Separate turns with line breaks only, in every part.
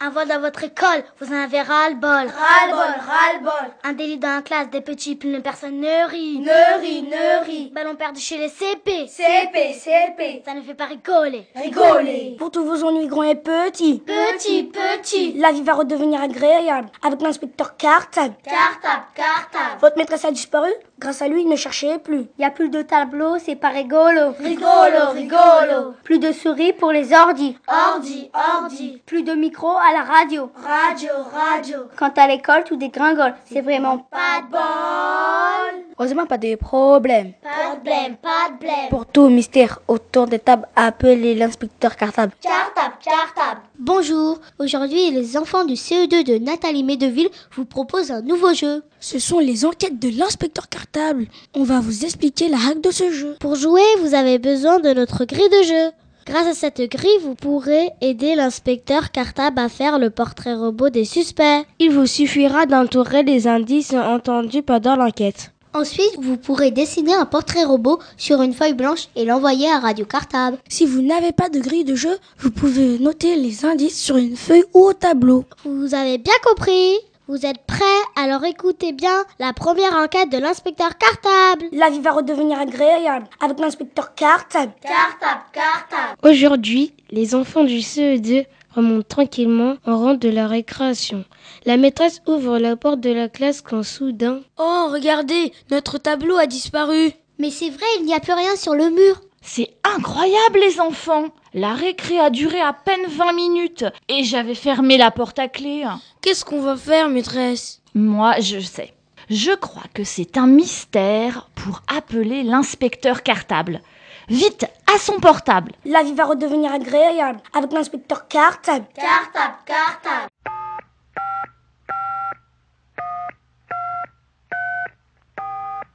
Un vol dans votre école, vous en avez ras-le-bol.
Ras-le-bol, ras-le-bol.
Un délit dans la classe, des petits, plus personne ne rit.
Ne rit, ne rit.
Ballon perdu chez les CP.
CP, CP.
Ça ne fait pas rigoler.
Rigoler.
Pour tous vos ennuis grands et petits,
Petit, petit.
la vie va redevenir agréable avec l'inspecteur Cartable.
Cartable, cartable.
Votre maîtresse a disparu, grâce à lui, ne cherchez plus.
Il n'y a plus de tableau, c'est pas rigolo.
Rigolo, rigolo.
Plus de souris pour les ordi.
Ordi, ordi.
Plus de micro à la radio.
Radio, radio.
Quant à l'école, tout dégringole. C'est vraiment
Pas de bol.
Heureusement, pas de problème.
Pas de blême, pas de blême.
Pour tout mystère autour des tables, appelez l'inspecteur Cartable.
Cartable, cartable.
Bonjour, aujourd'hui les enfants du CE2 de Nathalie Médeville vous proposent un nouveau jeu.
Ce sont les enquêtes de l'inspecteur Cartable. On va vous expliquer la hack de ce jeu.
Pour jouer, vous avez besoin de notre grille de jeu. Grâce à cette grille, vous pourrez aider l'inspecteur Cartable à faire le portrait robot des suspects.
Il vous suffira d'entourer les indices entendus pendant l'enquête.
Ensuite, vous pourrez dessiner un portrait robot sur une feuille blanche et l'envoyer à Radio Cartable.
Si vous n'avez pas de grille de jeu, vous pouvez noter les indices sur une feuille ou au tableau.
Vous avez bien compris Vous êtes prêts Alors écoutez bien la première enquête de l'inspecteur Cartable.
La vie va redevenir agréable avec l'inspecteur Cartable.
Cartable, cartable.
Aujourd'hui, les enfants du CE2 remontent tranquillement en rang de la récréation. La maîtresse ouvre la porte de la classe quand soudain,
Oh, regardez, notre tableau a disparu.
Mais c'est vrai, il n'y a plus rien sur le mur.
C'est incroyable les enfants La récré a duré à peine 20 minutes et j'avais fermé la porte à clé.
Qu'est-ce qu'on va faire, maîtresse
Moi, je sais. Je crois que c'est un mystère pour appeler l'inspecteur cartable. Vite, à son portable
La vie va redevenir agréable avec l'inspecteur Cartable.
Cartable, cartable.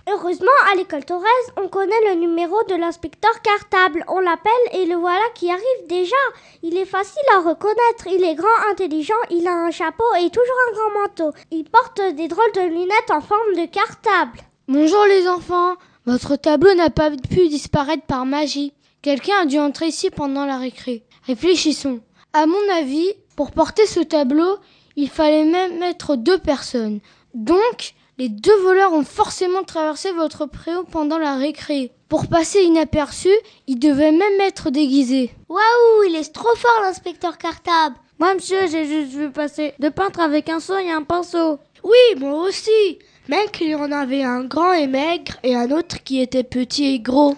Heureusement, à l'école Torres, on connaît le numéro de l'inspecteur cartable. On l'appelle et le voilà qui arrive déjà. Il est facile à reconnaître. Il est grand, intelligent, il a un chapeau et toujours un grand manteau. Il porte des drôles de lunettes en forme de cartable.
Bonjour les enfants, votre tableau n'a pas pu disparaître par magie. Quelqu'un a dû entrer ici pendant la récré. Réfléchissons. À mon avis, pour porter ce tableau, il fallait même mettre deux personnes. Donc, les deux voleurs ont forcément traversé votre préau pendant la récré. Pour passer inaperçu, ils devaient même être déguisés.
Waouh, il est trop fort l'inspecteur cartable.
Moi, monsieur, j'ai juste vu passer deux peintres avec un seau et un pinceau.
Oui, moi aussi. Même qu'il y en avait un grand et maigre et un autre qui était petit et gros.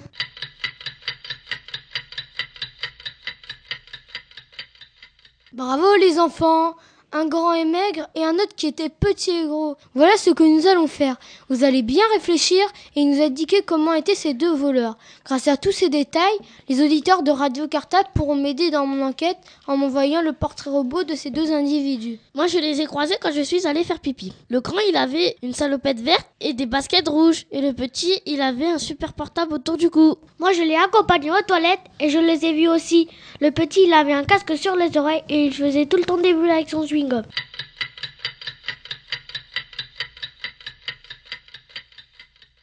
Bravo les enfants Un grand et maigre et un autre qui était petit et gros. Voilà ce que nous allons faire. Vous allez bien réfléchir et nous indiquer comment étaient ces deux voleurs. Grâce à tous ces détails, les auditeurs de Radio Cartable pourront m'aider dans mon enquête en m'envoyant le portrait robot de ces deux individus.
Moi, je les ai croisés quand je suis allé faire pipi. Le grand, il avait une salopette verte et des baskets rouges. Et le petit, il avait un super portable autour du cou.
Moi, je l'ai accompagné aux toilettes et je les ai vus aussi. Le petit, il avait un casque sur les oreilles et il faisait tout le temps des bulles avec son chewing-gum.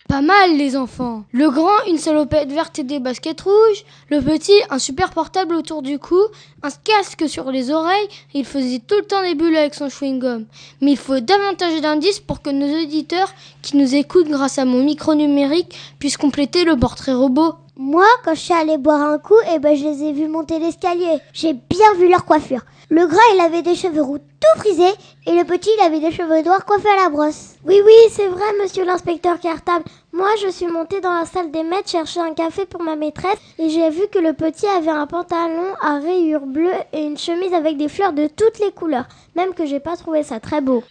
Pas mal les enfants. Le grand, une salopette verte et des baskets rouges. Le petit, un super portable autour du cou, un casque sur les oreilles. et il faisait tout le temps des bulles avec son chewing-gum. Mais il faut davantage d'indices pour que nos auditeurs qui nous écoutent grâce à mon micro numérique puissent compléter le portrait robot.
Moi, quand je suis allée boire un coup, eh ben, je les ai vus monter l'escalier. J'ai bien vu leur coiffure. Le gras, il avait des cheveux roux tout frisés et le petit, il avait des cheveux noirs coiffés à la brosse. Oui, oui, c'est vrai, monsieur l'inspecteur cartable. Moi, je suis montée dans la salle des maîtres chercher un café pour ma maîtresse et j'ai vu que le petit avait un pantalon à rayures bleues et une chemise avec des fleurs de toutes les couleurs. Même que j'ai pas trouvé ça très beau.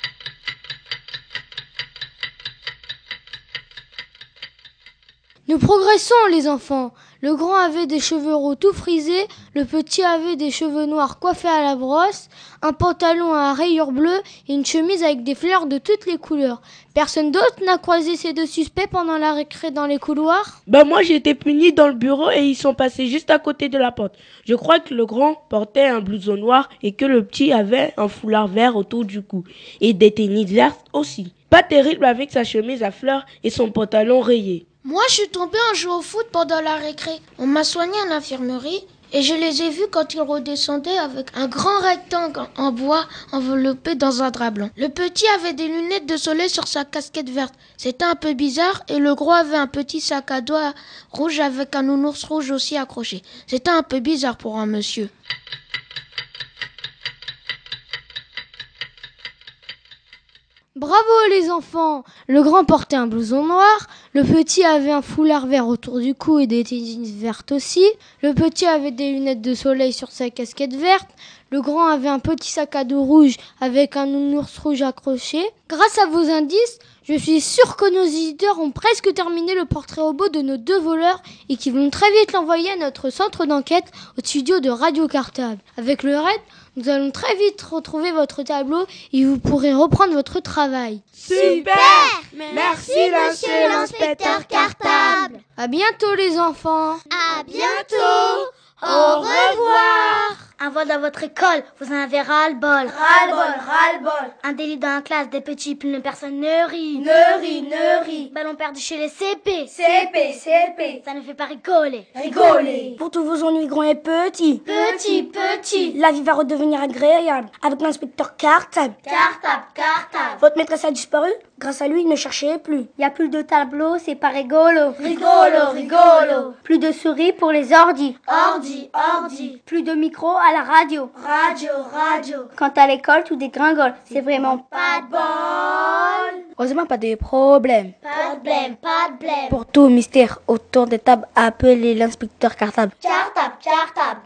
Nous progressons, les enfants. Le grand avait des cheveux roux tout frisés, le petit avait des cheveux noirs coiffés à la brosse, un pantalon à rayures bleues et une chemise avec des fleurs de toutes les couleurs. Personne d'autre n'a croisé ces deux suspects pendant la récré dans les couloirs
Bah moi j'ai été puni dans le bureau et ils sont passés juste à côté de la porte. Je crois que le grand portait un blouson noir et que le petit avait un foulard vert autour du cou et des tennis vertes aussi. Pas terrible avec sa chemise à fleurs et son pantalon rayé.
Moi, je suis tombée en jouant au foot pendant la récré. On m'a soigné à l'infirmerie
et je les ai vus quand ils redescendaient avec un grand rectangle en bois enveloppé dans un drap blanc. Le petit avait des lunettes de soleil sur sa casquette verte. C'était un peu bizarre et le gros avait un petit sac à doigts rouge avec un nounours rouge aussi accroché. C'était un peu bizarre pour un monsieur.
Bravo les enfants Le grand portait un blouson noir, le petit avait un foulard vert autour du cou et des tétines vertes aussi, le petit avait des lunettes de soleil sur sa casquette verte, le grand avait un petit sac à dos rouge avec un nounours rouge accroché. Grâce à vos indices, je suis sûr que nos visiteurs ont presque terminé le portrait robot de nos deux voleurs et qu'ils vont très vite l'envoyer à notre centre d'enquête au studio de Radio Cartable. Avec le RED, nous allons très vite retrouver votre tableau et vous pourrez reprendre votre travail.
Super
Merci, monsieur l'inspecteur cartable.
À bientôt les enfants
À bientôt. Au revoir.
Un vol dans votre école, vous en avez ras-le-bol.
Ras-le-bol, ras-le-bol,
Un délit dans la classe, des petits, plus personne ne rit.
Neuri, neuri,
Ballon perdu chez les CP.
CP, CP,
Ça ne fait pas rigoler.
rigoler,
Pour tous vos ennuis grands et petits,
Petit, petit.
la vie va redevenir agréable avec l'inspecteur Cartable.
cartable, cartable,
Votre maîtresse a disparu, grâce à lui, ne cherchez plus.
Y a plus de tableau, c'est pas rigolo.
rigolo, rigolo,
Plus de souris pour les ordi.
ordi, ordi,
Plus de micro à la radio.
radio, radio,
Quant à l'école, tout dégringole. C'est vraiment
pas de bol,
Heureusement, pas de problème.
pas de blême, pas de blême,
Pour tout mystère autour des tables, appelez l'inspecteur Cartable.
cartable, cartable.